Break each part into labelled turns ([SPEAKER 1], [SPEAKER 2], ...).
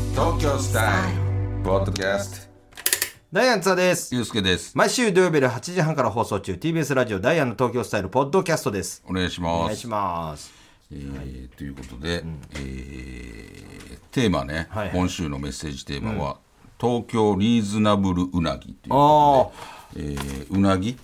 [SPEAKER 1] スタイルポッドキャス
[SPEAKER 2] ダイアンツァです
[SPEAKER 1] ト。ゆうすけです
[SPEAKER 2] 毎週土曜日夜8時半から放送中、TBS ラジオダイアンの東京スタイルポッドキャストです。
[SPEAKER 1] お願いし
[SPEAKER 2] お
[SPEAKER 1] ま
[SPEAKER 2] 願い
[SPEAKER 1] す
[SPEAKER 2] します。
[SPEAKER 1] えーということで、えーテーマね、
[SPEAKER 2] はいはい
[SPEAKER 1] 今週のメッセージテーマは、東京リーズナブルうなぎという
[SPEAKER 2] ああ
[SPEAKER 1] ことで、えーうなぎ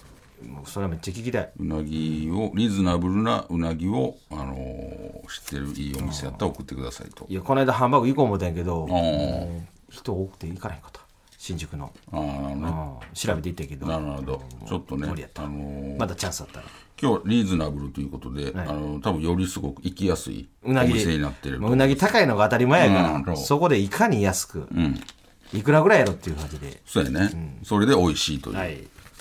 [SPEAKER 2] ー、もうそれはめっちゃ聞きたい。
[SPEAKER 1] うなぎをリーズナブルなうなぎを、あのー知ってるいいお店やったら送ってくださいと
[SPEAKER 2] いや、この間ハンバーグ行こう思ったんやけど、
[SPEAKER 1] あー
[SPEAKER 2] 人多くて行かないかった。新宿の。
[SPEAKER 1] あーなるほどね
[SPEAKER 2] あー調べていったんやけど、
[SPEAKER 1] なるほどちょっとね、あ
[SPEAKER 2] 無
[SPEAKER 1] の
[SPEAKER 2] 理やった
[SPEAKER 1] ー
[SPEAKER 2] まだチャンスあったら。
[SPEAKER 1] 今日リーズナブルということで、あのー多分よりすごく行きやすいお
[SPEAKER 2] うなぎ
[SPEAKER 1] 店になってる
[SPEAKER 2] もううなぎ高いのが当たり前や
[SPEAKER 1] うんそう
[SPEAKER 2] から、そこでいかに安く、いくらぐらいやろっていう感じで。
[SPEAKER 1] そうやね、それで美味しいという、
[SPEAKER 2] はい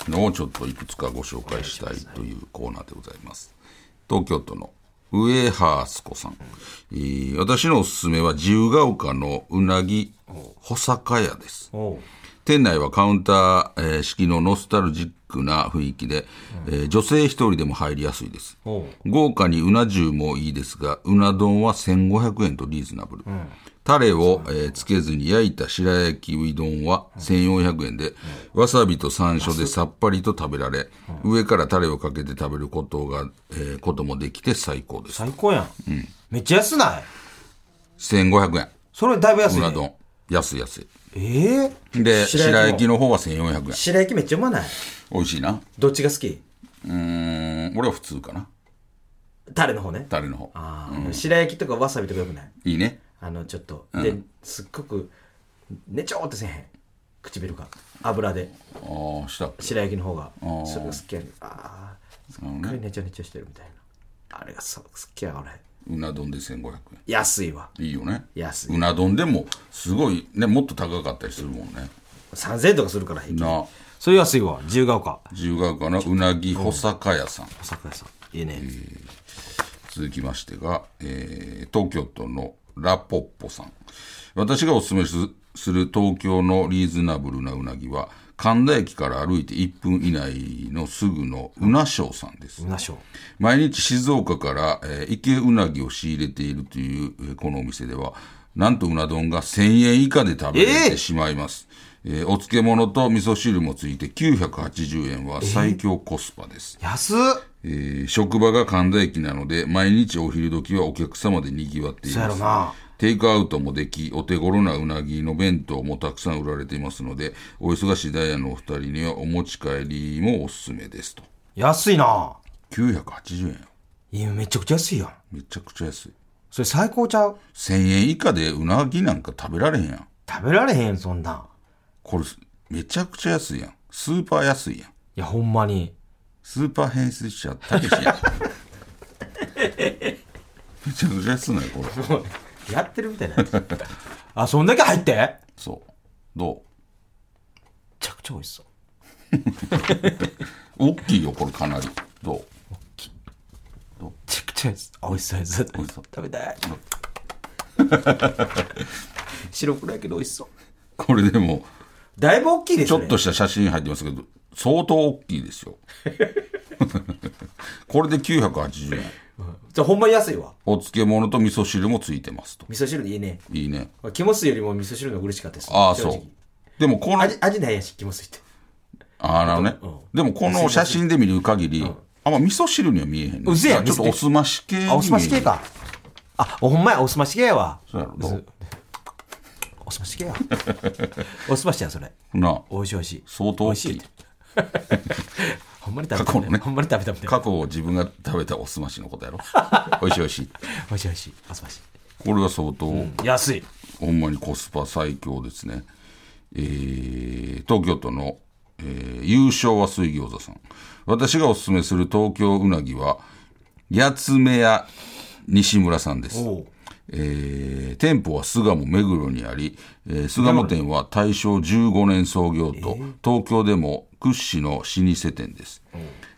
[SPEAKER 1] のをちょっといくつかご紹介したいというコーナーでございます。東京都の上ハースコさん、えー私のおすすめは自由が丘のうなぎ保坂屋です。
[SPEAKER 2] おう
[SPEAKER 1] 店内はカウンター、えー式のノスタルジックな雰囲気で、えー女性一人でも入りやすいです。
[SPEAKER 2] おう
[SPEAKER 1] 豪華にうな重もいいですが、うな丼は1500円とリーズナブル。タレを、えーつけずに焼いた白焼きう丼は1400円で、わさびと山椒でさっぱりと食べられ、上からタレをかけて食べることが、えーこともできて最高です。
[SPEAKER 2] 最高やん。めっちゃ安ない
[SPEAKER 1] 1500円。
[SPEAKER 2] それだいぶ安
[SPEAKER 1] う
[SPEAKER 2] い、
[SPEAKER 1] な
[SPEAKER 2] ね。
[SPEAKER 1] 丼。安い安
[SPEAKER 2] ええ
[SPEAKER 1] い。で、白焼き
[SPEAKER 2] の。
[SPEAKER 1] の方は1400円。
[SPEAKER 2] 白焼きめっちゃうまない
[SPEAKER 1] 美味しいな。
[SPEAKER 2] どっちが好き
[SPEAKER 1] うーん、俺は普通かな。
[SPEAKER 2] タレの方ね。
[SPEAKER 1] タレの方。
[SPEAKER 2] あー白焼きとかわさびとかよくない
[SPEAKER 1] いいね。
[SPEAKER 2] あの、ちょっと。で、すっごく、ねちょーってせえへん。唇が。油で。
[SPEAKER 1] ああ、したっけ。
[SPEAKER 2] 白焼きの方が
[SPEAKER 1] ー。
[SPEAKER 2] それが好きやねんああ、すっごいねちゃねちゃしてるみたいな。あれがそう好きや、俺。
[SPEAKER 1] うな丼で1500円。
[SPEAKER 2] 安いわ。
[SPEAKER 1] いいよね。。
[SPEAKER 2] 安いう
[SPEAKER 1] な丼でも、すごい、ね、もっと高かったりするもんね。
[SPEAKER 2] 3000円とかするから、平均
[SPEAKER 1] な、
[SPEAKER 2] それ安いわ。自由が丘。
[SPEAKER 1] 自由が丘のうなぎ保坂屋さん。
[SPEAKER 2] お酒屋さん。いいね。
[SPEAKER 1] 続きましてが、えー東京都のラポッポさん。私がおすすめすする東京のリーズナブルなうなぎは、神田駅から歩いて1分以内のすぐのうなしょうさんです
[SPEAKER 2] う。なしょ
[SPEAKER 1] 毎日静岡から、えー池うなぎを仕入れているという、えーこのお店では、なんとうな丼が1000円以下で食べられ
[SPEAKER 2] えー
[SPEAKER 1] てしまいます。えーお漬物と味噌汁もついて980円は最強コスパです。
[SPEAKER 2] う。安っ
[SPEAKER 1] えー職場が神田駅なので、毎日お昼時はお客様で賑わってい
[SPEAKER 2] そうやろ
[SPEAKER 1] ま
[SPEAKER 2] な
[SPEAKER 1] す。テイクアウトもでき、お手頃なうなぎの弁当もたくさん売られていますので、お忙しいダイヤのお二人にはお持ち帰りもおすすめですと。
[SPEAKER 2] 安いな。
[SPEAKER 1] 980円よ
[SPEAKER 2] いや、めちゃくちゃ安いやん。
[SPEAKER 1] めちゃくちゃ安い。
[SPEAKER 2] それ最高ちゃう
[SPEAKER 1] 1000円以下でうなぎなんか食べられへんやん。
[SPEAKER 2] 食べられへん、そんなん。
[SPEAKER 1] これ、めちゃくちゃ安いやん。スーパー安いやん。
[SPEAKER 2] いや、ほんまに。
[SPEAKER 1] スーパー変質者、たけしやん。 めちゃくちゃ安いのよ、これ。
[SPEAKER 2] やってるみたいな。 あ、そんだけ入ってめ
[SPEAKER 1] そう。ど
[SPEAKER 2] ちゃくちゃ美味しそう。
[SPEAKER 1] う大きいよ、これかなり。どう
[SPEAKER 2] めちゃくちゃ美味しそう。美味しそうやつ。美
[SPEAKER 1] 味しそう
[SPEAKER 2] 食べたい。 白黒やけど美味しそう。
[SPEAKER 1] これでも、
[SPEAKER 2] だいぶ大きいで
[SPEAKER 1] ち
[SPEAKER 2] す
[SPEAKER 1] ょ
[SPEAKER 2] ね。
[SPEAKER 1] っとした写真入ってますけど、相当大きいですよ。 これで980円。
[SPEAKER 2] じゃあほんまに安いわ。
[SPEAKER 1] お漬物と味噌汁もついてますと。
[SPEAKER 2] 味噌汁でいいね。
[SPEAKER 1] いいね。
[SPEAKER 2] 肝水よりも味噌汁の方が嬉しかったです。
[SPEAKER 1] ああ、
[SPEAKER 2] 正直
[SPEAKER 1] そう。でも、この
[SPEAKER 2] 味、味ないやし、肝水って。
[SPEAKER 1] ああ、なるほどね。でもこの写真で見る限り、あんま味噌汁には見えへんね。
[SPEAKER 2] うせや
[SPEAKER 1] ちょっとおすまし系に見え
[SPEAKER 2] あ、
[SPEAKER 1] る
[SPEAKER 2] おすまし系。か。あ、ほんまや、おすまし系やわ。
[SPEAKER 1] そうやろどう
[SPEAKER 2] おすまし系やわ。おすましや、それ。
[SPEAKER 1] なあ、
[SPEAKER 2] 美味しい美味しい。
[SPEAKER 1] 相当
[SPEAKER 2] 美
[SPEAKER 1] 大
[SPEAKER 2] 味
[SPEAKER 1] き
[SPEAKER 2] しい
[SPEAKER 1] い
[SPEAKER 2] って。。ほんまに食べた
[SPEAKER 1] 過去の
[SPEAKER 2] みたい
[SPEAKER 1] ね
[SPEAKER 2] な。ほんまに食べたみたいな。
[SPEAKER 1] 過去を自分が食べたおすましのことやろ。 おいしいおいしい。
[SPEAKER 2] 美味しい美味しい。おすまし。
[SPEAKER 1] これは相当、
[SPEAKER 2] 安い。
[SPEAKER 1] ほんまにコスパ最強ですね。えー、東京都の、えー優勝は水餃子さん。私がおすすめする東京うなぎは、八つ目屋西村さんです。
[SPEAKER 2] おう
[SPEAKER 1] えー店舗は巣鴨目黒にあり、えー巣鴨店は大正15年創業と、東京でも屈指の老舗店です、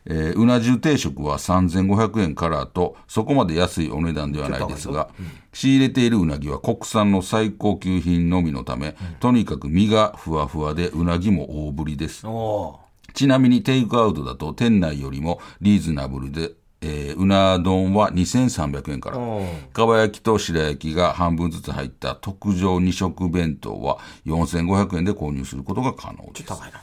[SPEAKER 1] えーうな重定食は3500円からとそこまで安いお値段ではないですが、仕入れているうなぎは国産の最高級品のみのため、とにかく身がふわふわでうなぎも大ぶりです
[SPEAKER 2] おう
[SPEAKER 1] ちなみにテイクアウトだと店内よりもリーズナブルで、えーうな丼は2300円から
[SPEAKER 2] うん
[SPEAKER 1] かば焼きと白焼きが半分ずつ入った特上2食弁当は4500円で購入することが可能です
[SPEAKER 2] 高いな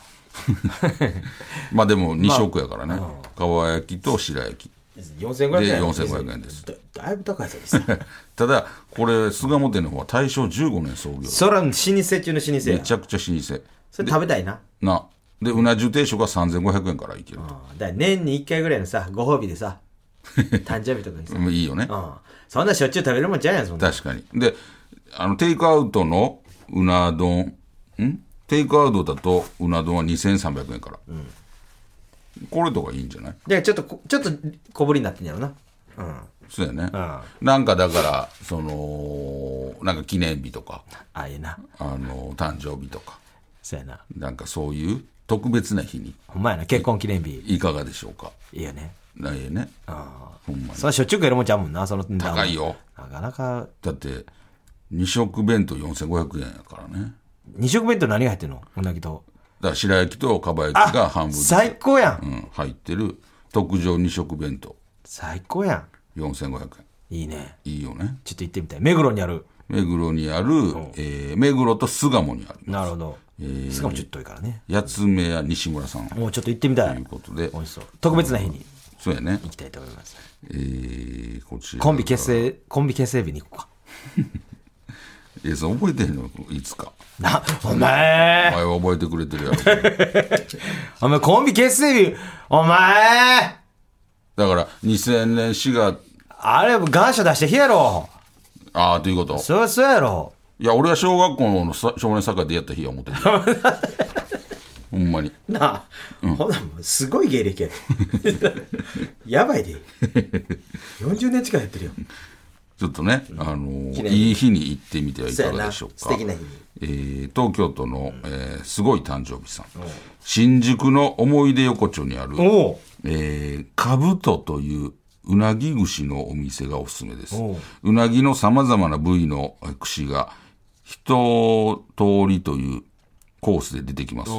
[SPEAKER 1] まあでも2食やからね、かば焼きと白焼き
[SPEAKER 2] 4500円
[SPEAKER 1] で4500円です
[SPEAKER 2] だだいぶ高いですね
[SPEAKER 1] ただこれ菅本店の方は大正15年創業
[SPEAKER 2] そら老舗中の老舗
[SPEAKER 1] め
[SPEAKER 2] や
[SPEAKER 1] ちゃくちゃ老舗
[SPEAKER 2] それ食べたいな
[SPEAKER 1] なでうな重定食は3500円からいける
[SPEAKER 2] うんだから年に1回ぐらいのさご褒美 でさ誕生日とかにさ、
[SPEAKER 1] うんいいよね
[SPEAKER 2] うんそんなしょっちゅう食べるもんじゃうやんそんな
[SPEAKER 1] 確かにであのテイクアウトのうな丼んテイクアウトだとうな丼は2300円から、これとかいいんじゃない
[SPEAKER 2] でちょっとこちょっと小ぶりになってんやろなうん
[SPEAKER 1] そうやね、
[SPEAKER 2] ん
[SPEAKER 1] なんかだからそのなんか記念日とか
[SPEAKER 2] あええな
[SPEAKER 1] あの誕生日とか
[SPEAKER 2] そうやな
[SPEAKER 1] なんかそういう特別な日に
[SPEAKER 2] ほんまやな結婚記念日
[SPEAKER 1] いかがでしょうか
[SPEAKER 2] いいよね
[SPEAKER 1] ないよね
[SPEAKER 2] あ
[SPEAKER 1] ほんまに
[SPEAKER 2] それしょっちゅう食えるもんちゃうもんなその
[SPEAKER 1] 高いよ
[SPEAKER 2] なかなか
[SPEAKER 1] だって2食弁当4500円やからね
[SPEAKER 2] 二食弁当何が入ってんのうなぎと
[SPEAKER 1] だから白焼きとかば焼きが半分ずつ
[SPEAKER 2] 最高やん、
[SPEAKER 1] うん、入ってる特上2食弁当
[SPEAKER 2] 最高や
[SPEAKER 1] 4500円
[SPEAKER 2] んいいね
[SPEAKER 1] いいよね
[SPEAKER 2] ちょっと行ってみたい目黒にある
[SPEAKER 1] 目黒にある、えー目黒と巣鴨にある
[SPEAKER 2] なるほどしかもちょっと遠いからね
[SPEAKER 1] 八つ目屋西村さんと
[SPEAKER 2] もうちょっと行ってみた
[SPEAKER 1] い
[SPEAKER 2] いう
[SPEAKER 1] ことで
[SPEAKER 2] 美味しそう特別な日に行
[SPEAKER 1] そうやね
[SPEAKER 2] きたいと思います
[SPEAKER 1] えー、こちら
[SPEAKER 2] コンビ結成コンビ結成日に行こうか
[SPEAKER 1] えー、そう覚えてんのいつか
[SPEAKER 2] なお
[SPEAKER 1] お
[SPEAKER 2] 前
[SPEAKER 1] 前は覚えてくれてるやろ
[SPEAKER 2] お前コンビ結成日お前
[SPEAKER 1] だから2000年4月
[SPEAKER 2] あれ願書出してきやろ
[SPEAKER 1] ああということ
[SPEAKER 2] そりゃそうやろ
[SPEAKER 1] いや俺は小学校のさ少年サッカーでやった日や思ってる ほんまに
[SPEAKER 2] なあ、ほなもうすごい芸歴や でやばいで40年近いやってるよ
[SPEAKER 1] ちょっとね、あのー
[SPEAKER 2] 記念日
[SPEAKER 1] いい日に行ってみてはいか
[SPEAKER 2] そうや
[SPEAKER 1] が
[SPEAKER 2] な
[SPEAKER 1] でしょうか。
[SPEAKER 2] 素敵な日に
[SPEAKER 1] えー東京都の、えーすごい誕生日さん。新宿の思い出横丁にある、
[SPEAKER 2] おお
[SPEAKER 1] えー、かぶとといううなぎ串のお店がおすすめです。
[SPEAKER 2] おう
[SPEAKER 1] うなぎの様々な部位のえー串が一通りというコースで出てきます。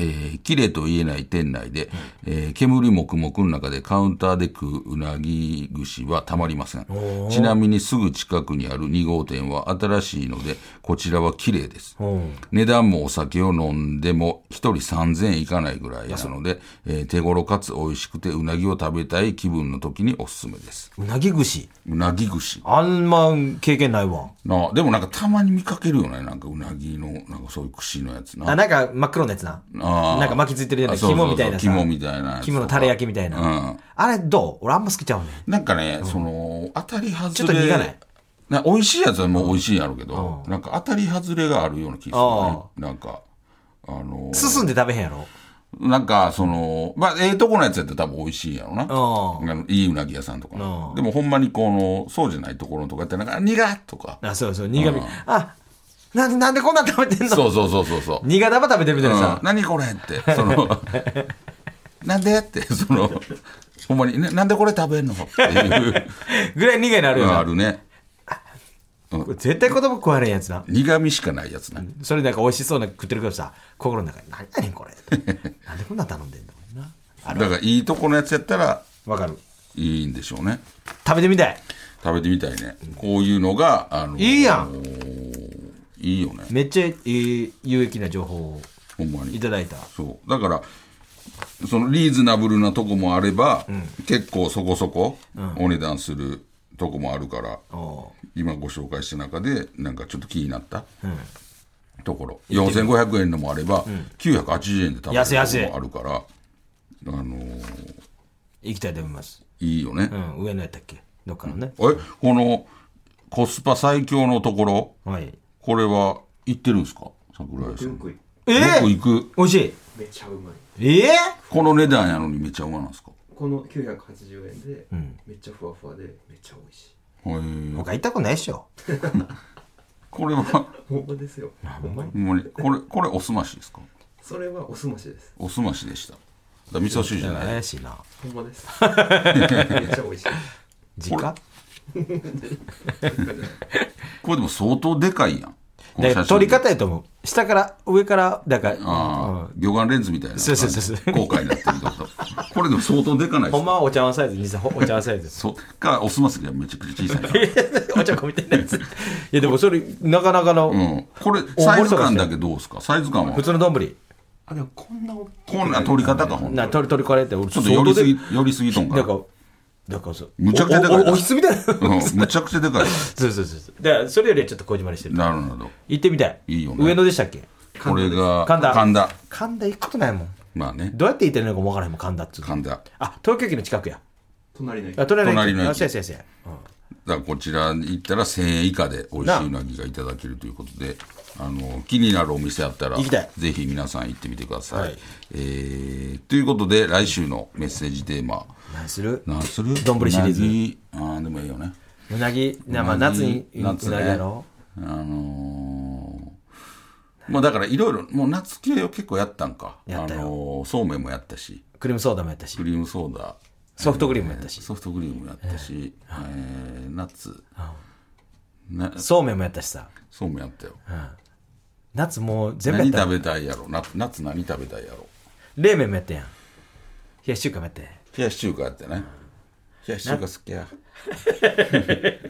[SPEAKER 1] えー、綺麗と言えない店内で、えー煙もくもくの中でカウンターで食ううなぎ串はたまりません。ちなみにすぐ近くにある2号店は新しいので、こちらは綺麗です。
[SPEAKER 2] うん
[SPEAKER 1] 値段もお酒を飲んでも1人3000円いかないぐらいなので、えー手頃かつ美味しくてうなぎを食べたい気分の時におすすめです。
[SPEAKER 2] うなぎ串
[SPEAKER 1] うなぎ串。
[SPEAKER 2] あんま経験ないわ
[SPEAKER 1] なあでもなんかたまに見かけるよね。なんかうなぎの、なんかそういう串のやつな。
[SPEAKER 2] あなんか真っ黒なやつな
[SPEAKER 1] あー
[SPEAKER 2] なんか巻きついてるような
[SPEAKER 1] あそうそうそう
[SPEAKER 2] 肝みたいなさ
[SPEAKER 1] 肝みたいなやつとか。
[SPEAKER 2] 肝のタレ焼きみたいな、
[SPEAKER 1] うん
[SPEAKER 2] あれどう俺あんま好きちゃうねん
[SPEAKER 1] なんかね、その、当たり外れ。
[SPEAKER 2] ちょっと苦ない
[SPEAKER 1] な美味しいやつはもう美味しいんやろうけど、なんか当たり外れがあるような気がするね。なんか、あの、
[SPEAKER 2] 進んで食べへんやろ
[SPEAKER 1] なんか、その、まあ、ええとこのやつやったら多分美味しいんやろな。あ
[SPEAKER 2] ん
[SPEAKER 1] のいいうなぎ屋さんとか
[SPEAKER 2] う。ん
[SPEAKER 1] でもほんまにこの、そうじゃないところとかやってなんか、苦っと か。
[SPEAKER 2] あそうそう苦味あななんでこんなん食べてんの
[SPEAKER 1] そうそうそうそうそう。
[SPEAKER 2] 苦玉食べてるみたいな
[SPEAKER 1] うん
[SPEAKER 2] さ、
[SPEAKER 1] 何これって、そ の、なんでって、その、ほんまに、ね、なんでこれ食べんのっていう、
[SPEAKER 2] ぐらい苦い のあるよ
[SPEAKER 1] あ
[SPEAKER 2] な
[SPEAKER 1] るね。
[SPEAKER 2] これ絶対子供食われへんやつな
[SPEAKER 1] 苦味しかないやつね。
[SPEAKER 2] それなんか美味しそうな食ってるけどさ心の中に「何やねん これ」なんでこんなん頼んでんだもんな
[SPEAKER 1] だからいいとこのやつやったら
[SPEAKER 2] わかる
[SPEAKER 1] いいんでしょうね
[SPEAKER 2] 食べてみたい
[SPEAKER 1] 食べてみたいねこういうのがあの
[SPEAKER 2] いいやん
[SPEAKER 1] いいよね
[SPEAKER 2] めっちゃいい有益な情報を
[SPEAKER 1] ほんま
[SPEAKER 2] い
[SPEAKER 1] に
[SPEAKER 2] ただいた
[SPEAKER 1] そうだからそのリーズナブルなとこもあれば、結構そこそこお値段するとこもあるから、
[SPEAKER 2] おう
[SPEAKER 1] 今ご紹介した中でなんかちょっと気になった、ところ4500円のもあれば、980円で食べる
[SPEAKER 2] 安い安い
[SPEAKER 1] とこもあるからあのー
[SPEAKER 2] 行きたいと思います
[SPEAKER 1] いいよね、
[SPEAKER 2] うん上野やったっけどっかのね
[SPEAKER 1] え、このコスパ最強のところ、
[SPEAKER 2] はい
[SPEAKER 1] これは行ってるんですか桜井さん。よく
[SPEAKER 2] えー、
[SPEAKER 1] 行く。
[SPEAKER 2] 美味しい
[SPEAKER 3] めちゃうまい
[SPEAKER 2] ええ
[SPEAKER 1] この値段やのにめっちゃうまなんですか
[SPEAKER 3] この980円で、めっちゃふわふわでめっちゃ美味しい
[SPEAKER 1] へ
[SPEAKER 2] ー、
[SPEAKER 1] え。
[SPEAKER 2] 僕は行ったことないっしょ
[SPEAKER 1] これは、ほ
[SPEAKER 3] ほんまですよほんまに
[SPEAKER 1] んまに、これ、これおすましですか
[SPEAKER 3] それはおすましです
[SPEAKER 1] おすましでした。だから味噌汁じゃない。
[SPEAKER 2] 怪しいな
[SPEAKER 3] ほんまですめっちゃ美味しい
[SPEAKER 2] 実家
[SPEAKER 1] これでも相当でかいやん。この写真
[SPEAKER 2] 取り方やと思う。下から、上から、だから、うん
[SPEAKER 1] ああ、魚眼レンズみたいな
[SPEAKER 2] そうそうそうそう
[SPEAKER 1] 後悔になってるってことこれでも相当でかないで
[SPEAKER 2] ほ
[SPEAKER 1] す
[SPEAKER 2] ん
[SPEAKER 1] か。
[SPEAKER 2] まはお茶碗サイズ、実際ほお茶碗サイズ
[SPEAKER 1] そっかおすますがめちゃくちゃ小さいな
[SPEAKER 2] お茶子みたいなやつ。いや、でもそれ、なかなかの、
[SPEAKER 1] うん、これサイズ感だけどうですかサイズ感は
[SPEAKER 2] 普通の丼。
[SPEAKER 3] あ、でもこんな大きくい
[SPEAKER 1] こんな取り方かほんと
[SPEAKER 2] な、取り、取りこれって、俺、
[SPEAKER 1] ちょっと寄りす
[SPEAKER 2] 相
[SPEAKER 1] ぎ寄りすぎとん
[SPEAKER 2] 当
[SPEAKER 1] か
[SPEAKER 2] で
[SPEAKER 1] な
[SPEAKER 2] だから、だからそう。
[SPEAKER 1] むちゃくちゃでかい
[SPEAKER 2] お
[SPEAKER 1] な
[SPEAKER 2] おおひつみたいな。そう
[SPEAKER 1] うん、むちゃくちゃでかい
[SPEAKER 2] そうそうそう。だから、それよりはちょっとこじまりしてる。
[SPEAKER 1] なるほど
[SPEAKER 2] 行ってみたい。
[SPEAKER 1] いいよね
[SPEAKER 2] 上野でしたっけ
[SPEAKER 1] これが
[SPEAKER 2] 神田。
[SPEAKER 1] 神田。
[SPEAKER 2] 神田行くことないもん。
[SPEAKER 1] まあね
[SPEAKER 2] どうやって行ってるのかもわからへんもん、神田っつうの
[SPEAKER 1] 神田だか
[SPEAKER 2] あ、東京駅の近くや。
[SPEAKER 3] 隣の駅
[SPEAKER 2] あ隣の駅。
[SPEAKER 1] 隣の駅
[SPEAKER 2] あそうやそうやそうや。うん
[SPEAKER 1] らこちらに行ったら1000円以下で美味しいうなぎがいただけるということであの気になるお店あったら
[SPEAKER 2] 行きたい
[SPEAKER 1] ぜひ皆さん行ってみてください、
[SPEAKER 2] はい
[SPEAKER 1] えーということで来週のメッセージテーマ
[SPEAKER 2] 何する
[SPEAKER 1] 何する
[SPEAKER 2] 丼シリーズ
[SPEAKER 1] うなぎあーでもいいよね
[SPEAKER 2] うなぎ、なまあ、夏にうな
[SPEAKER 1] 夏
[SPEAKER 2] ぎ
[SPEAKER 1] ね
[SPEAKER 2] やろ
[SPEAKER 1] あのーまあだからいろいろもう夏系を結構やったんか
[SPEAKER 2] やったよ
[SPEAKER 1] あのーそうめんもやったし
[SPEAKER 2] クリームソーダもやったし
[SPEAKER 1] ク、リームソーダ
[SPEAKER 2] ソフトクリームもやったし、
[SPEAKER 1] ソフトクリームもやったし、えー、夏な
[SPEAKER 2] そうめんもやったしさ。
[SPEAKER 1] そうめんやったよ
[SPEAKER 2] 夏もう全部やっ
[SPEAKER 1] 何
[SPEAKER 2] た
[SPEAKER 1] 食。べたいやろな夏何食べたいやろ
[SPEAKER 2] 冷麺もやったやん。冷やし中華もやったやん。
[SPEAKER 1] 冷やし中華やったね冷やし中華好き やね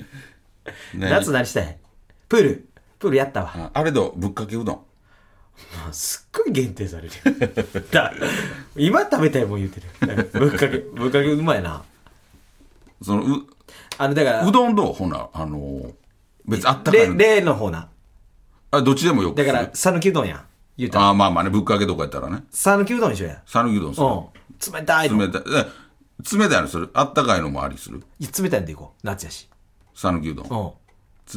[SPEAKER 2] 夏何したいプール。プールやったわ。
[SPEAKER 1] ああれどぶっかけうどん
[SPEAKER 2] もうすっごい限定される。だ今食べたいもん言うてる。ぶっかけ、ぶっかけうまいな。
[SPEAKER 1] そのう
[SPEAKER 2] あの、だから、
[SPEAKER 1] うどんどうほなあのー別にあったかい
[SPEAKER 2] れ
[SPEAKER 1] の
[SPEAKER 2] 例の方な。
[SPEAKER 1] あどっちでもよく
[SPEAKER 2] だか
[SPEAKER 1] す
[SPEAKER 2] ら
[SPEAKER 1] る、
[SPEAKER 2] 讃岐うどんやん。言うたら。
[SPEAKER 1] あーまあまあねぶっかけとかやったらね
[SPEAKER 2] 讃岐うどん一緒やん。
[SPEAKER 1] 讃岐うどんする
[SPEAKER 2] うん。冷たいの。
[SPEAKER 1] 冷たいえ冷たいのするあったかいのもありする
[SPEAKER 2] いや冷たいんで行こう。夏やし。
[SPEAKER 1] 讃岐うど
[SPEAKER 2] うんん。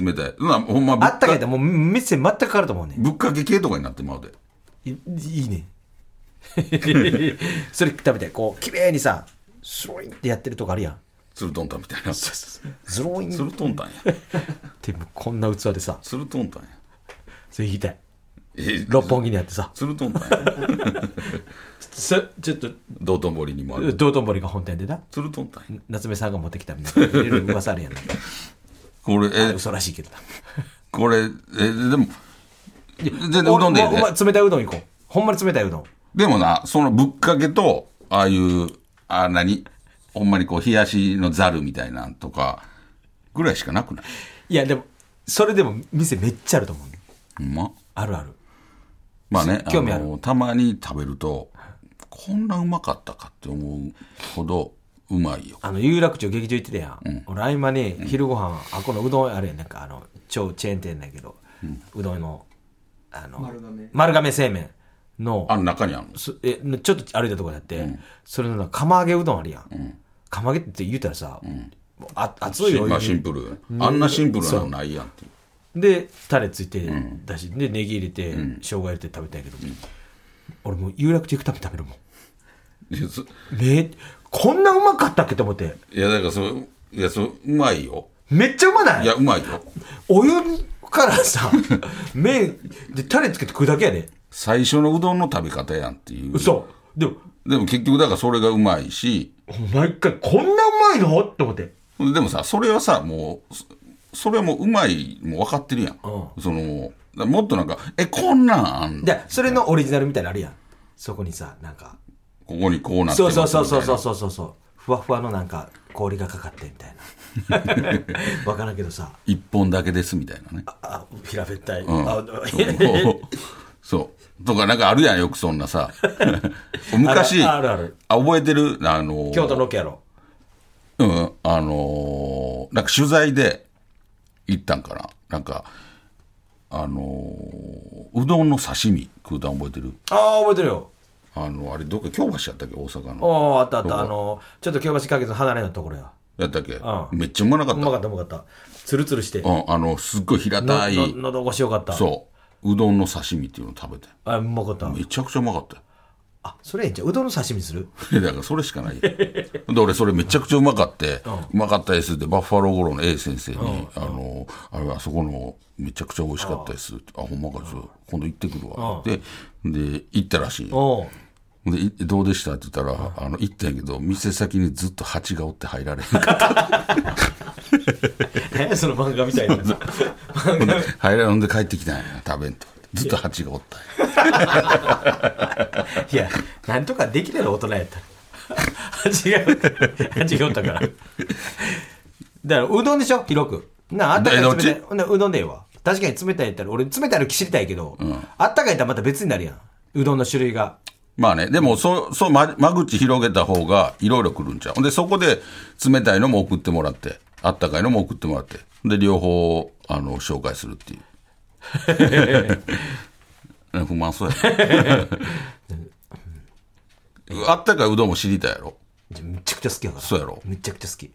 [SPEAKER 1] 冷たいうんほんまぶ
[SPEAKER 2] あ
[SPEAKER 1] っ
[SPEAKER 2] ったかい
[SPEAKER 1] か
[SPEAKER 2] ってもう店全く変わると思うね。
[SPEAKER 1] ぶっかけ系とかになってまうで
[SPEAKER 2] いいい ね。それ食べて、こう、綺麗にさ、スロインってやってるとこあるやん。
[SPEAKER 1] ツルトンタンみたいな
[SPEAKER 2] ズロイン
[SPEAKER 1] ツ
[SPEAKER 2] っ
[SPEAKER 1] ルトンタンや
[SPEAKER 2] て、こんな器でさ、
[SPEAKER 1] ツルトンタンや
[SPEAKER 2] それ言いたい。
[SPEAKER 1] え
[SPEAKER 2] 六本木にあってさ、
[SPEAKER 1] ツルト ンタンや
[SPEAKER 2] そちょっと、
[SPEAKER 1] 道頓堀にもある
[SPEAKER 2] 道頓堀が本店でな、
[SPEAKER 1] ツルトンタンや
[SPEAKER 2] 夏目さんが持ってきたみたいな、いろいろ噂あるやん。
[SPEAKER 1] これえ
[SPEAKER 2] 嘘らしいけどな。
[SPEAKER 1] これえでも全然うどんでいい
[SPEAKER 2] おお
[SPEAKER 1] ね
[SPEAKER 2] 前冷たいうどん行こう。ほんまに冷たいうどん。
[SPEAKER 1] でもなそのぶっかけとああいうあ何ほんまにこう冷やしのざるみたいなんとかぐらいしかなくない
[SPEAKER 2] いや、でも、それでも店めっちゃあると思うね。
[SPEAKER 1] ほんま
[SPEAKER 2] あるある。
[SPEAKER 1] まあね、
[SPEAKER 2] 興味ある
[SPEAKER 1] のたまに食べると、こんなうまかったかって思うほどうまいよ。
[SPEAKER 2] あの、有楽町劇場行ってたやん。俺、合間に昼ご飯、あ、このうどんあれやんなんかあの、超チェーン店だけど、うどんの、あの
[SPEAKER 3] 丸、亀
[SPEAKER 2] 丸亀製麺の、
[SPEAKER 1] あの中にあるの
[SPEAKER 2] すえちょっと歩いたところにあって、それのな釜揚げうどんあるやん。釜揚げって言うたらさ、もうあ熱いよ。
[SPEAKER 1] まあシンプル。あんなシンプルなのないやんっていう。
[SPEAKER 2] で、タレついてだし、で、ネギ入れて、生姜入れて食べたいけど、俺もう有楽町行くために食べるもん。
[SPEAKER 1] いやそ
[SPEAKER 2] めこんなうまかったっけと思って。
[SPEAKER 1] いや、だからそう、いや、そう、うまいよ。
[SPEAKER 2] めっちゃうまない
[SPEAKER 1] いや、うまいよ。
[SPEAKER 2] お湯から さ、麺、で、タレつけて食うだけやで。
[SPEAKER 1] 最初のうどんの食べ方やんっていう。
[SPEAKER 2] 嘘。でも、
[SPEAKER 1] でも結局、だからそれがうまいし、
[SPEAKER 2] 毎回、こんなうまいのって思って。
[SPEAKER 1] でもさ、それはさ、もう、そそれはもううまい、もう分かってるやん。その、だからもっとなんか、え、こんなんあんの
[SPEAKER 2] で、それのオリジナルみたいなのあるやん。そこにさ、なんか。
[SPEAKER 1] ここにこうなって
[SPEAKER 2] そ
[SPEAKER 1] ま
[SPEAKER 2] う
[SPEAKER 1] す
[SPEAKER 2] そうそう
[SPEAKER 1] みたい
[SPEAKER 2] そう
[SPEAKER 1] な
[SPEAKER 2] そうそうそうそう。ふわふわのなんか、氷がかかってみたい な。わからんけどさ、
[SPEAKER 1] 一本だけですみたいなね。
[SPEAKER 2] あ、平べったい。
[SPEAKER 1] うん
[SPEAKER 2] あ、
[SPEAKER 1] そうそう。とか、なんかあるやん、よくそんなさ。 昔、
[SPEAKER 2] あるあるある
[SPEAKER 1] あ覚えてるあのー、
[SPEAKER 2] 京都ロケやろ。
[SPEAKER 1] うん、あのーなんか取材で行ったんかな。なんか、あのーうどんの刺身食うたん覚えてる
[SPEAKER 2] ああ、覚えてるよ。
[SPEAKER 1] あの、あれ、どっか京橋やったっけ大阪の。
[SPEAKER 2] おー、あったあっ
[SPEAKER 1] そう
[SPEAKER 2] た。あの、ちょっと京橋かけず離れのところや。
[SPEAKER 1] やったっけ
[SPEAKER 2] うん
[SPEAKER 1] めっちゃうまなか
[SPEAKER 2] う
[SPEAKER 1] った。
[SPEAKER 2] まかったうまかった。つるつるして。
[SPEAKER 1] うん、あの、すっごい平
[SPEAKER 2] の
[SPEAKER 1] たい、
[SPEAKER 2] の喉越しよかった。
[SPEAKER 1] そう、うどんの刺身っていうの食べて。
[SPEAKER 2] あ、うまかった。
[SPEAKER 1] めちゃくちゃうまかったよ。
[SPEAKER 2] あ、それええんちゃううどんの刺身にする
[SPEAKER 1] いやだからそれしかないよで俺それめちゃくちゃうまかって、うまかったですってバッファローゴロの A 先生に、あのあれあそこのめちゃくちゃ美味しかったですって、あほんまかです、今度行ってくるわ、でで行ったらしいよ
[SPEAKER 2] おう
[SPEAKER 1] でいどうでしたって 言ったら、あの行ったんやけど店先にずっと蜂がおって入られへんかった
[SPEAKER 2] 何やその漫画みたいな
[SPEAKER 1] ほんで入ら飲んで帰ってきたんやな食べんとずっと蜂がおったんや
[SPEAKER 2] いやなんとかできてる大人やったら違う違うたからだからうどんでしょ広くなああったかい
[SPEAKER 1] えどっ
[SPEAKER 2] 冷
[SPEAKER 1] ち
[SPEAKER 2] たいほんでうどんでええわ確かに冷たいやったら俺冷たいの知りたいけど、あったかいやったらまた別になるやんうどんの種類が
[SPEAKER 1] まあね、でもそう、そう、ま間口広げた方がいろいろ来るんちゃう。ほんで、そこで冷たいのも送ってもらって、あったかいのも送ってもらって、で、両方、あの、紹介するっていう。 なんか不満そうや ねあったかいうどんも知りたいやろ。
[SPEAKER 2] めちゃくちゃ好きやから
[SPEAKER 1] そうやろ
[SPEAKER 2] めちゃくちゃ好き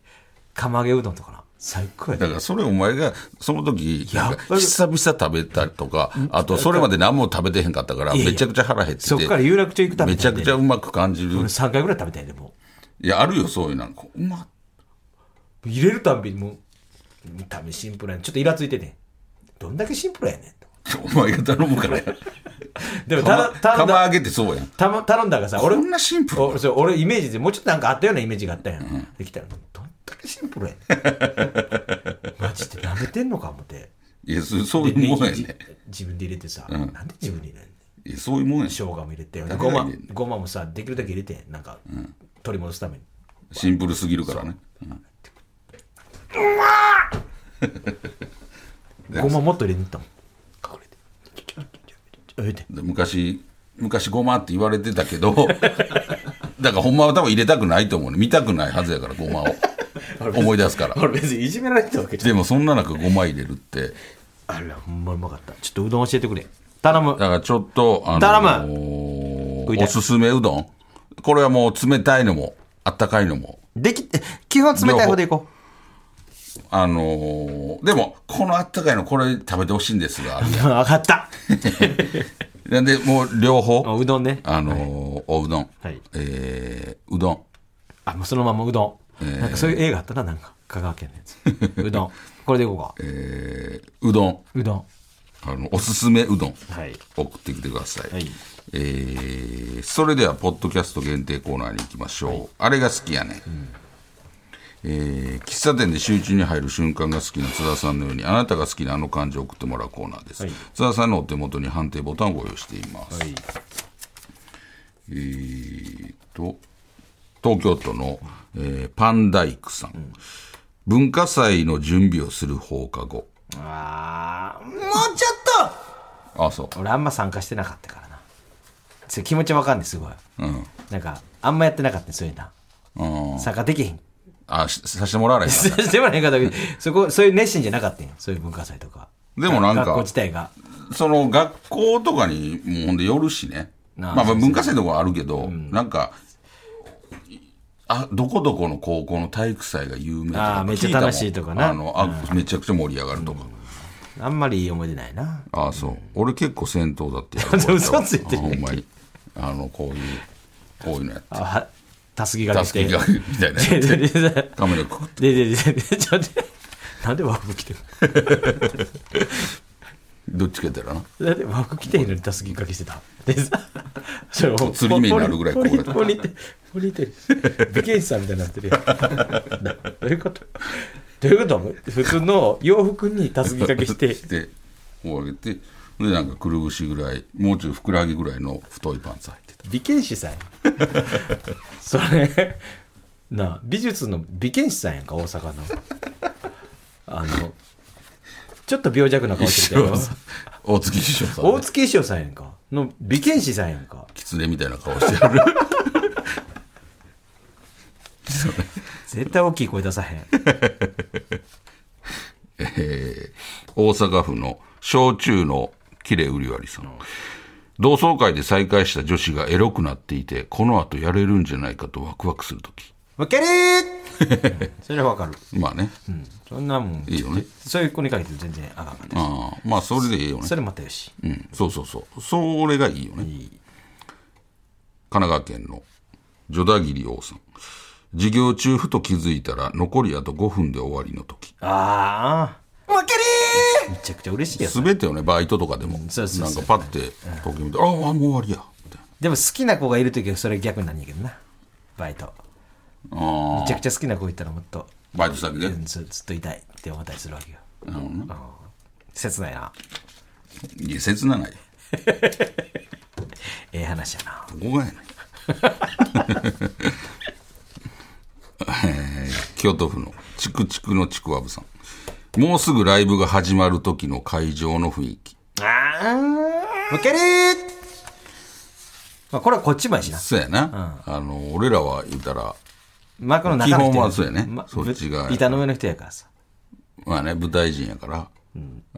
[SPEAKER 2] 釜揚げうどんとかな最高やで
[SPEAKER 1] だからそれお前がその時
[SPEAKER 2] や
[SPEAKER 1] なんか久々食べたりとかあとそれまで何も食べてへんかったから
[SPEAKER 2] いやいや
[SPEAKER 1] めちゃくちゃ腹減って
[SPEAKER 2] そってから有楽町行くため
[SPEAKER 1] めちゃくちゃうまく感じる
[SPEAKER 2] 俺3回ぐらい食べたいでも
[SPEAKER 1] いやあるよそういうなんかうまっ
[SPEAKER 2] う入れるたんびにもう見た目シンプルやんちょっとイラついててどんだけシンプルやねんと
[SPEAKER 1] お前が頼む からや。
[SPEAKER 2] でもただ
[SPEAKER 1] 釜
[SPEAKER 2] 頼ん
[SPEAKER 1] 釜
[SPEAKER 2] だ
[SPEAKER 1] 揚げってそうやん。
[SPEAKER 2] たま頼んだがさ俺
[SPEAKER 1] こんなシンプル
[SPEAKER 2] おそう俺イメージでもうちょっとなんかあったようなイメージがあったやん、できたらどんだけシンプルやね んマジで舐めてんのか思って
[SPEAKER 1] いや、そそう
[SPEAKER 2] で
[SPEAKER 1] いうもんや
[SPEAKER 2] で
[SPEAKER 1] ね。
[SPEAKER 2] 自分で入れてさ、なんで自分で入れんねん
[SPEAKER 1] いや、そういうもんやね。
[SPEAKER 2] 生姜も入れて
[SPEAKER 1] だか
[SPEAKER 2] ご
[SPEAKER 1] ら
[SPEAKER 2] ま
[SPEAKER 1] 入れんね
[SPEAKER 2] ごまもさできるだけ入れてなんか、取り戻すために
[SPEAKER 1] シンプルすぎるからね。
[SPEAKER 2] ごまもっと入れに行ったもん隠れて入れて
[SPEAKER 1] で昔、昔ごまって言われてたけど、 だからほんまは多分入れたくないと思うね。見たくないはずやから、ご まを。思い出すから。
[SPEAKER 2] 俺別にいじめられてたわけじゃん
[SPEAKER 1] でもそんな中ごま入れるって、
[SPEAKER 2] あらほんまうまかったちょっとうどん教えてくれ頼む
[SPEAKER 1] だからちょっと、あの
[SPEAKER 2] 頼む食いたい
[SPEAKER 1] おすすめうどん。これはもう冷たいのも、あったかいのも。
[SPEAKER 2] できえ基本冷たい方でいこ
[SPEAKER 1] あのーでも、このあったかいのこれ食べてほしいんですが、
[SPEAKER 2] う 分かった
[SPEAKER 1] なんで、もう両方、
[SPEAKER 2] うどんね
[SPEAKER 1] あのーおうどん、
[SPEAKER 2] はい
[SPEAKER 1] えーうどん、
[SPEAKER 2] あもうそのままうどん、なんかそういう映画あったななんか香川県の やつうどんこれでいこうか
[SPEAKER 1] えーうどん、
[SPEAKER 2] うどん
[SPEAKER 1] あの、おすすめうどん、
[SPEAKER 2] はい
[SPEAKER 1] 送ってきてください。
[SPEAKER 2] はい
[SPEAKER 1] えーそれでは、ポッドキャスト限定コーナーに行きましょう。あれが好きやね、えー喫茶店で集中に入る瞬間が好きな津田さんのように、あなたが好きなあの漢字を送ってもらうコーナーです。津田さんのお手元に判定ボタンをご用意しています。
[SPEAKER 2] はい
[SPEAKER 1] えーと、東京都の、えーパンダイクさん,、文化祭の準備をする放課後。
[SPEAKER 2] あーもうちょっ
[SPEAKER 1] あ、そう。
[SPEAKER 2] と俺あんま参加してなかったからなそれ気持ちわかんないすごい
[SPEAKER 1] うん。
[SPEAKER 2] なんかあんまやってなかったねそういうな
[SPEAKER 1] うん。
[SPEAKER 2] 参加できへん
[SPEAKER 1] あ、しさせてもらわないか な。
[SPEAKER 2] してもらえへんかったけどそこそういう熱心じゃなかったんよそういう文化祭とか
[SPEAKER 1] でもなんか
[SPEAKER 2] 学校自体が
[SPEAKER 1] その学校とかにもうほんで寄るしね。
[SPEAKER 2] なあ
[SPEAKER 1] まあま
[SPEAKER 2] そ
[SPEAKER 1] あ
[SPEAKER 2] うそう
[SPEAKER 1] 文化祭のとかあるけど、なんか、あ、どこどこの高校の体育祭が有名とか
[SPEAKER 2] あー
[SPEAKER 1] 聞
[SPEAKER 2] めっちゃ
[SPEAKER 1] いたもん
[SPEAKER 2] 楽しいとかな
[SPEAKER 1] あの、あ、めちゃくちゃ盛り上がるとか。
[SPEAKER 2] あんまりいい思い出ないな
[SPEAKER 1] ああ、そう。俺結構先頭だってや
[SPEAKER 2] 嘘ついて
[SPEAKER 1] あ
[SPEAKER 2] る
[SPEAKER 1] ほんまに。あの、こういう、こういうのやって。
[SPEAKER 2] あはたすきが
[SPEAKER 1] た
[SPEAKER 2] け
[SPEAKER 1] すき
[SPEAKER 2] て
[SPEAKER 1] がみたいな
[SPEAKER 2] で
[SPEAKER 1] や
[SPEAKER 2] で
[SPEAKER 1] つ。
[SPEAKER 2] でで
[SPEAKER 1] カメラくくって。
[SPEAKER 2] ででででちょっと待ってなんで和服着てん
[SPEAKER 1] どっちかやったらな。
[SPEAKER 2] のなんで和服着てんのにたすき掛けしてたでさそれもう
[SPEAKER 1] 釣り目になるぐらい
[SPEAKER 2] ポリ
[SPEAKER 1] こうやって
[SPEAKER 2] ポリポリポリテ美形師さんみたいになってるやんなどういうことどういうこと普通の洋服にたすき掛けして
[SPEAKER 1] でこう上げてでなんかくるぶしぐらいもうちょいふくらはぎぐらいの太いパンツ入ってた
[SPEAKER 2] 美剣士さんやそれなあ美術の美剣士さんやんか大阪のあのちょっと病弱な顔してるけど
[SPEAKER 1] 大月師匠さん、
[SPEAKER 2] 大
[SPEAKER 1] ね、
[SPEAKER 2] 月衣装さんやんかの美剣士さんやんか
[SPEAKER 1] 狐みたいな顔してる
[SPEAKER 2] 絶対大きい声出さへん
[SPEAKER 1] えー大阪府の焼酎のきれうりわりさん同窓会で再会した女子がエロくなっていてこの後やれるんじゃないかとワクワクするとき
[SPEAKER 2] 負ける ーそれはわかる、
[SPEAKER 1] まあね、
[SPEAKER 2] うん、そんなもん
[SPEAKER 1] いいよね
[SPEAKER 2] そういう子にかけて全然あかんかった
[SPEAKER 1] ああまあそれでいいよね
[SPEAKER 2] それまたよし
[SPEAKER 1] うん、そうそうそうそれがいいよね神奈川県のジョダギリ王さん授業中ふと気づいたら残りあと5分で終わりの時
[SPEAKER 2] ああ負けるーめちゃくちゃ嬉しいやつ
[SPEAKER 1] 全てをねバイトとかでもなん
[SPEAKER 2] そうそうそ
[SPEAKER 1] かパッて時計見て「ああもう終わりや」みたい
[SPEAKER 2] でも好きな子がいる時はそれ逆になんやけどなバイト
[SPEAKER 1] あ
[SPEAKER 2] めちゃくちゃ好きな子いたらもっと、
[SPEAKER 1] ーバイト先で
[SPEAKER 2] うん、ずずっといたいって思ったりするわけよ
[SPEAKER 1] なるほどな
[SPEAKER 2] 切ないない
[SPEAKER 1] や切なない
[SPEAKER 2] ええ話やな
[SPEAKER 1] ここがやねん えー京都府のチクチクのちくわぶさんもうすぐライブが始まる時の会場の雰囲気
[SPEAKER 2] あーむけるーまあこれはこっちもやしな
[SPEAKER 1] そうやな、あの俺らは言うたら
[SPEAKER 2] 幕の中の人
[SPEAKER 1] 基本
[SPEAKER 2] や
[SPEAKER 1] はそうやねそっちが
[SPEAKER 2] ぶ板の上の人やからさ
[SPEAKER 1] まあね舞台人やから、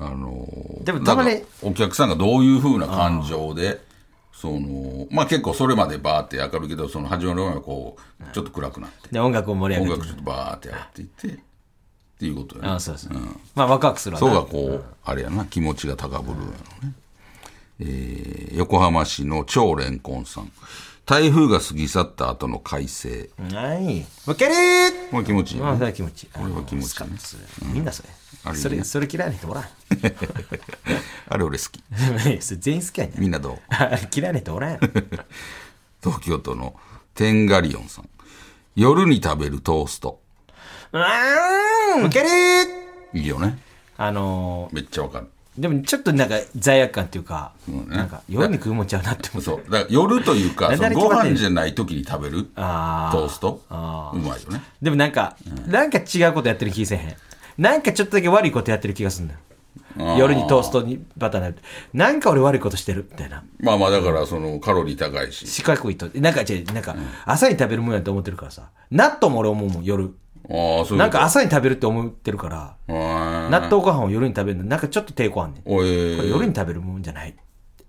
[SPEAKER 1] あのー
[SPEAKER 2] でもたまに
[SPEAKER 1] だからお客さんがどういうふうな感情でそのまあ結構それまでバーって明るいけどその始まる前はこうちょっと暗くなって、
[SPEAKER 2] で音楽を盛り上
[SPEAKER 1] 音
[SPEAKER 2] げて
[SPEAKER 1] 楽ちょっとバーってやっていってっていうことやね
[SPEAKER 2] ああそうそう、まあワクワクするわ
[SPEAKER 1] そう
[SPEAKER 2] な
[SPEAKER 1] がこう、あれやな、気持ちが高ぶるやろね。えー横浜市の超レンコンさん。台風が過ぎ去った後の快晴。
[SPEAKER 2] はいむけるー
[SPEAKER 1] これ気持ちいいよ
[SPEAKER 2] まあ、そ
[SPEAKER 1] ね。
[SPEAKER 2] れは気持ちいい。
[SPEAKER 1] れは気持ちいいね
[SPEAKER 2] スカッとするみんなそれ。
[SPEAKER 1] あるよね
[SPEAKER 2] それ、それ嫌いな人おらん。
[SPEAKER 1] あれ俺好き。
[SPEAKER 2] それ全員好きやねん。
[SPEAKER 1] みんなどう
[SPEAKER 2] 嫌いな人おら ん。
[SPEAKER 1] 東京都のテンガリオンさん。夜に食べるトースト。
[SPEAKER 2] うんむける
[SPEAKER 1] いいよね。
[SPEAKER 2] あの
[SPEAKER 1] めっちゃわかる。
[SPEAKER 2] ー、でもちょっとなんか罪悪感っていうか、
[SPEAKER 1] んね
[SPEAKER 2] なんか夜に食うもんちゃうなって思う。
[SPEAKER 1] そう。だから夜というか、
[SPEAKER 2] 何
[SPEAKER 1] その
[SPEAKER 2] 々
[SPEAKER 1] ご
[SPEAKER 2] 決まって
[SPEAKER 1] 飯
[SPEAKER 2] んの
[SPEAKER 1] じゃない時に食べるト
[SPEAKER 2] あー
[SPEAKER 1] ースト。う
[SPEAKER 2] あ
[SPEAKER 1] まいよね。
[SPEAKER 2] でもなんか、なんか違うことやってる気せえへん。なんかちょっとだけ悪いことやってる気がするんだよ。
[SPEAKER 1] あ
[SPEAKER 2] 夜にトーストにバターなる。なんか俺悪いことしてるみたいな。
[SPEAKER 1] まあまあだから、そのカロリー高いし。
[SPEAKER 2] 四角いと。なんか違う、なんか朝に食べるもんやと思ってるからさ。納豆も俺思うもん、夜。
[SPEAKER 1] ああ、そういうこと
[SPEAKER 2] なんか、朝に食べるって思ってるから、
[SPEAKER 1] 納
[SPEAKER 2] 納豆ご飯を夜に食べるの、なんかちょっと抵抗あんねん。こ
[SPEAKER 1] おえ
[SPEAKER 2] れ夜に食べるもんじゃない。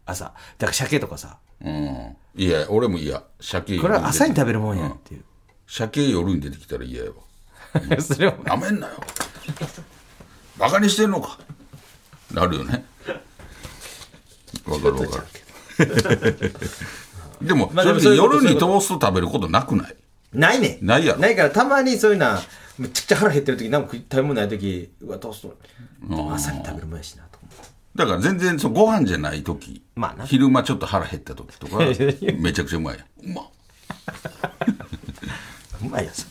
[SPEAKER 2] 朝。だから鮭とかさ、
[SPEAKER 1] うん。いや、俺も嫌。鮭
[SPEAKER 2] これは朝に
[SPEAKER 1] 夜出て
[SPEAKER 2] 食べるもんやっていう。
[SPEAKER 1] 鮭夜に出てきたら嫌やわ。
[SPEAKER 2] それは、
[SPEAKER 1] なめんなよ。バカにしてんのか。なるよね。わかるわかる。でも、
[SPEAKER 2] まあ
[SPEAKER 1] それ
[SPEAKER 2] でも
[SPEAKER 1] で
[SPEAKER 2] そういうこと
[SPEAKER 1] 夜にトースト食べることなくない
[SPEAKER 2] ないねん。
[SPEAKER 1] ないやろ
[SPEAKER 2] ないから、たまにそういうな、めちゃくちゃ腹減ってる時、何も食い食べ物ない時、うわ、どうしよう。でも朝に食べるもんやしなと思って。
[SPEAKER 1] だから全然そうご飯じゃない時、
[SPEAKER 2] まあな
[SPEAKER 1] 昼間ちょっと腹減った時とかめちゃくちゃうまいやんうまっ
[SPEAKER 2] うまいやつ。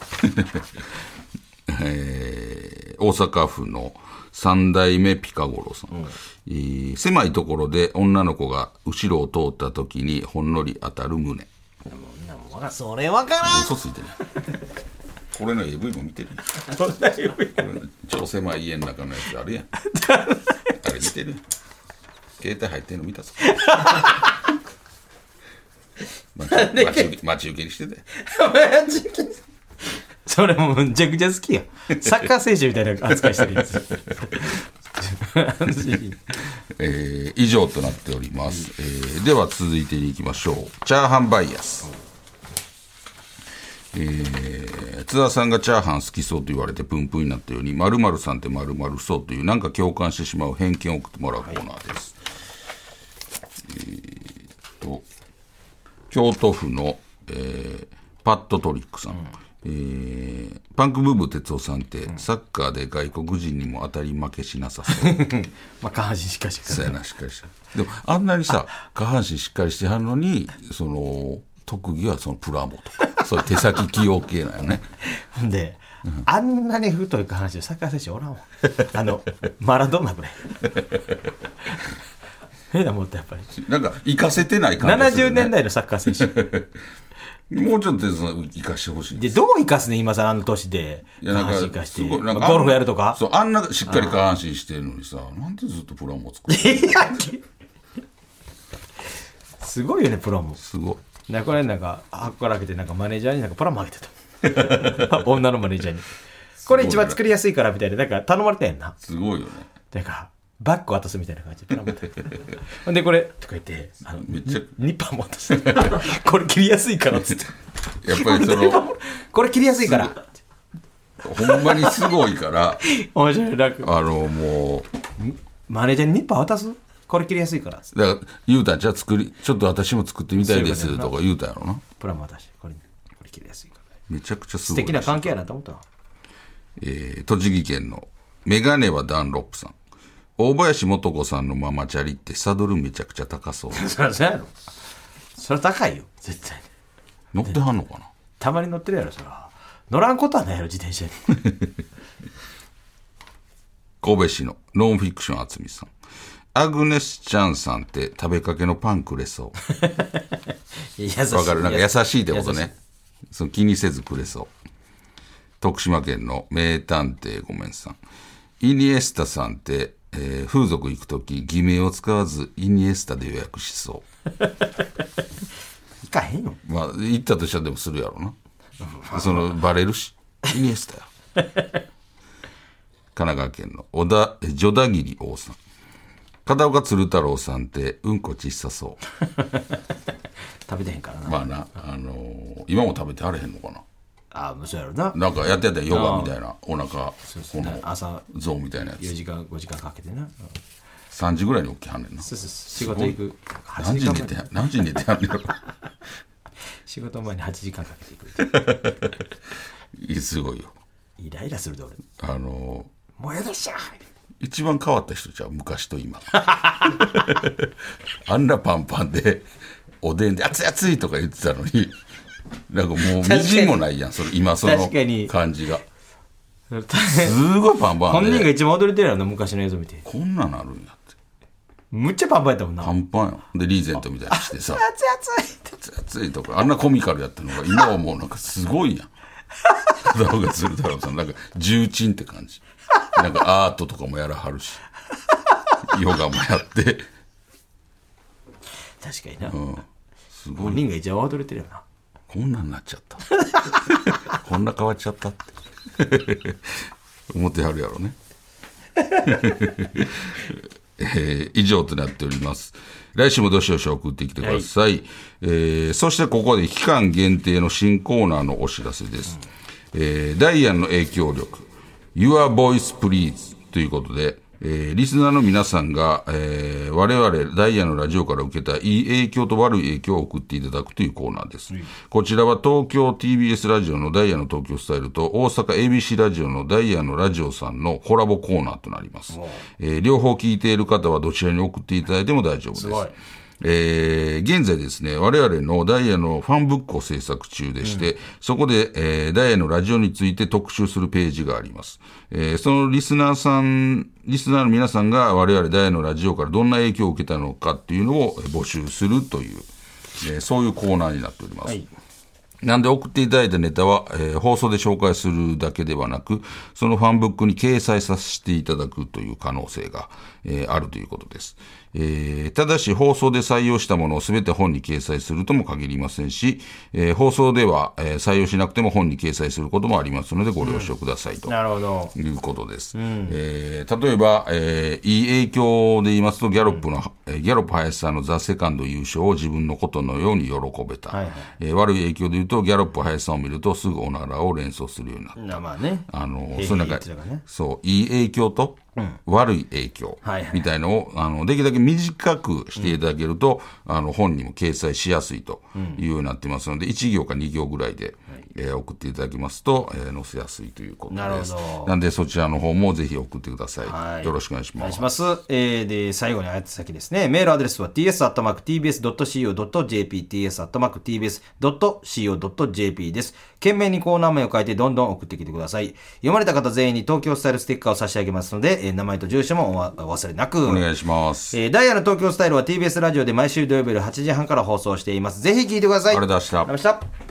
[SPEAKER 1] えー大阪府の三代目ピカゴロさん、えー狭いところで女の子が後ろを通った時にほんのり当たる胸
[SPEAKER 2] それわからん。
[SPEAKER 1] 嘘ついてない俺の AV も見てるや
[SPEAKER 2] そんな言うん
[SPEAKER 1] これ超狭い家の中のやつあるやんあれ見てるやん携帯入ってんの見たぞ待ち待ち受け待ち受けにしてて
[SPEAKER 2] やつ それもうむちゃくちゃ好きや。サッカー選手みたいな扱いしてる やつ。
[SPEAKER 1] えー以上となっております、えーでは続いてに行きましょうチャーハンバイアス、えー津田さんがチャーハン好きそうと言われてプンプンになったように〇〇さんって〇〇そうというなんか共感してしまう偏見を送ってもらうコーナーです、えーっと京都府の、えーパッドトリックさん、えーパンクブーブー哲夫さんって、サッカーで外国人にも当たり負けしなさそう
[SPEAKER 2] まあ、下半身しかしか。
[SPEAKER 1] そうやなしっかりしたでもあんなにさ下半身しっかりしてはんのにその特技はそのプラモとかそういう手先器用系なんよね
[SPEAKER 2] ほんで、あんなに太い話でサッカー選手おらんわ。あの、マラドーナ ぐらい。変なもんってやっぱり。
[SPEAKER 1] なんか生かせてない感じがす
[SPEAKER 2] 70
[SPEAKER 1] るね
[SPEAKER 2] 年代のサッカー選手。
[SPEAKER 1] もうちょっとその生かしてほしい
[SPEAKER 2] で、どう生かすねん今さらあの年で。
[SPEAKER 1] い
[SPEAKER 2] 下
[SPEAKER 1] や
[SPEAKER 2] 半身
[SPEAKER 1] なん
[SPEAKER 2] 生か
[SPEAKER 1] か
[SPEAKER 2] して。
[SPEAKER 1] すごいなんか
[SPEAKER 2] ゴルフやるとか
[SPEAKER 1] そうあんなしっかり下半身してるのにさなんでずっとプラモ作る
[SPEAKER 2] いや すごいよね、プロも。
[SPEAKER 1] すごい
[SPEAKER 2] なこれなんか、箱から開けて、なんかマネージャーになんかプラもあげて た。女のマネージャーに。これ一番作りやすいからみたいな、なんか頼まれたやんな。
[SPEAKER 1] すごいよね
[SPEAKER 2] なんか、バッグ渡すみたい な感じで、プラモデルほんで、これ、とか言って、あの、
[SPEAKER 1] めっちゃ
[SPEAKER 2] ニッパーも渡して、これ切りやすいから、つって。
[SPEAKER 1] やっぱりそ の
[SPEAKER 2] これ切りやすいから。
[SPEAKER 1] ほんまにすごいから
[SPEAKER 2] 面白い、なんか、
[SPEAKER 1] あのもう
[SPEAKER 2] マネージャーにニッパー渡すこれ切りやすいから、つって。
[SPEAKER 1] だから言うたんじゃあ作りちょっと私も作ってみたいですとか言うたんやろな
[SPEAKER 2] プラモ渡して、これ、これ切りやすいから。
[SPEAKER 1] めちゃくちゃす
[SPEAKER 2] 素
[SPEAKER 1] ごい
[SPEAKER 2] 敵な関係やなと思ったわ。
[SPEAKER 1] えー栃木県のメガネはダンロップさん大林素子さんのママチャリってサドルめちゃくちゃ高そう
[SPEAKER 2] そりゃそうやろ。そりゃ高いよ、絶対に。
[SPEAKER 1] 乗ってはんのかな
[SPEAKER 2] たまに乗ってるやろ、そら。乗らんことはないやろ、自転車に。
[SPEAKER 1] 神戸市のノンフィクション渥美さん。アグネス・チャンさんって食べかけのパンくれそ
[SPEAKER 2] 優し
[SPEAKER 1] う。わかるなんか優しいってことね。その気にせずくれそう。徳島県の名探偵ごめんさん。イニエスタさんって、えー風俗行くとき偽名を使わずイニエスタで予約しそ
[SPEAKER 2] 優しい。行かへんの
[SPEAKER 1] う。まあ、行ったとしたらでもするやろ な。その、バレるし。イニエスタや。神奈川県の小田、えジョダギリ王さん。片岡鶴太郎さんってうんこ小さそう。
[SPEAKER 2] 食べてへんからな。
[SPEAKER 1] まあな、あのー今も食べてはれへんのかな。
[SPEAKER 2] ああ、もうそうやろな。
[SPEAKER 1] なんかやってたよヨガみたいな、お腹、こ
[SPEAKER 2] そうね
[SPEAKER 1] の
[SPEAKER 2] 朝
[SPEAKER 1] 像みたいなや
[SPEAKER 2] 4
[SPEAKER 1] つ。
[SPEAKER 2] 時間、5時間かけてな。
[SPEAKER 1] 3時ぐらいに起きはんねんな。
[SPEAKER 2] そうそう仕事行く。8
[SPEAKER 1] 何
[SPEAKER 2] 時
[SPEAKER 1] 時
[SPEAKER 2] 間
[SPEAKER 1] に寝て
[SPEAKER 2] 前
[SPEAKER 1] はん、何時に寝てはんねんやろ。
[SPEAKER 2] 仕事前に8時間かけて行く。
[SPEAKER 1] いやすごいよ。
[SPEAKER 2] イライラするで俺。
[SPEAKER 1] あの
[SPEAKER 2] もうやだっしゃ
[SPEAKER 1] ー一番変わった人じゃう昔と今。 あんなパンパンで、おでんで熱い熱いとか言ってたのに、なんかもうみじんもないやん、それ今その
[SPEAKER 2] 確かに
[SPEAKER 1] 感じが。
[SPEAKER 2] み
[SPEAKER 1] すごいパンパ
[SPEAKER 2] 本
[SPEAKER 1] ン
[SPEAKER 2] 人が
[SPEAKER 1] で、
[SPEAKER 2] 一番踊れてるやろな、昔の映像見て。
[SPEAKER 1] こんなんなるんやって。
[SPEAKER 2] むっちゃパンパンやったもんな。
[SPEAKER 1] パンパンよ。で、リーゼントみたいにしてさ。
[SPEAKER 2] 熱い熱いって
[SPEAKER 1] 熱いとかあんなコミカルやったのが今はもうなんかすごいやん片岡鶴太郎さんなんか重鎮って感じなんかアートとかもやらはるしヨガもやって、
[SPEAKER 2] 確かにな。
[SPEAKER 1] うん、すご
[SPEAKER 2] 本
[SPEAKER 1] い
[SPEAKER 2] 人が一番踊れてるよな。
[SPEAKER 1] こんなんなっちゃった こんな変わっちゃったって 思ってはるやろねえー以上となっております来週もどしどし送ってきてください、えーそしてここで期間限定の新コーナーのお知らせです、えーダイアンの影響力 Your Voice Please ということで、えーリスナーの皆さんが、えー我々ダイアンのラジオから受けたいい影響と悪い影響を送っていただくというコーナーです、こちらは東京 TBS ラジオのダイヤの東京スタイルと大阪 ABC ラジオのダイヤのラジオさんのコラボコーナーとなります、えー両方聞いている方はどちらに送っていただいても大丈夫です
[SPEAKER 2] ごい
[SPEAKER 1] えー現在ですね、我々のダイヤのファンブックを制作中でして、そこで、えーダイヤのラジオについて特集するページがあります。えーそのリスナーさん、リスナーの皆さんが我々ダイヤのラジオからどんな影響を受けたのかっていうのをえー募集するという、えーそういうコーナーになっております。なんで送っていただいたネタは、えー放送で紹介するだけではなく、そのファンブックに掲載させていただくという可能性が、えーあるということです。えーただし、放送で採用したものを全て本に掲載するとも限りませんし、えー放送では、えー採用しなくても本に掲載することもありますのでご了承くださいと。
[SPEAKER 2] なるほど。
[SPEAKER 1] いうことです、えー例えば、えーいい影響で言いますとギャロップの、えーギャロップ林さんの「ザ・セカンド優勝を自分のことのように喜べた、
[SPEAKER 2] はいはい
[SPEAKER 1] えー悪い影響で言うとギャロップ林さんを見るとすぐおならを連想するようになった、
[SPEAKER 2] なまあね。
[SPEAKER 1] あの
[SPEAKER 2] へいへい
[SPEAKER 1] その中
[SPEAKER 2] 言ってたからね
[SPEAKER 1] そういい影響と悪い影響
[SPEAKER 2] はいはい
[SPEAKER 1] みたいのを、あのできるだけ短くしていただけると、あの本にも掲載しやすいというようになってますので、1行か2行ぐらいで、えー送っていただきますと、えー載せやすいということ
[SPEAKER 2] なる
[SPEAKER 1] です
[SPEAKER 2] ほど
[SPEAKER 1] なんでそちらの方もぜひ送ってください、
[SPEAKER 2] はい
[SPEAKER 1] よろしくお願いし
[SPEAKER 2] お願
[SPEAKER 1] ま
[SPEAKER 2] い
[SPEAKER 1] す
[SPEAKER 2] します。えー、で、最後にあつ先ですね。メールアドレスは ts.tbs.co.jp、ts.tbs.co.jp です。懸命にコーナー名を書いてどんどん送ってきてください。読まれた方全員に東京スタイルステッカーを差し上げますので、えー名前と住所もおわお忘れなく。
[SPEAKER 1] お願いします、
[SPEAKER 2] えーダイヤの東京スタイルは TBS ラジオで毎週土曜日夜8時半から放送しています。ぜひ聞いてください。
[SPEAKER 1] ありがとうございました
[SPEAKER 2] ありがとうございました。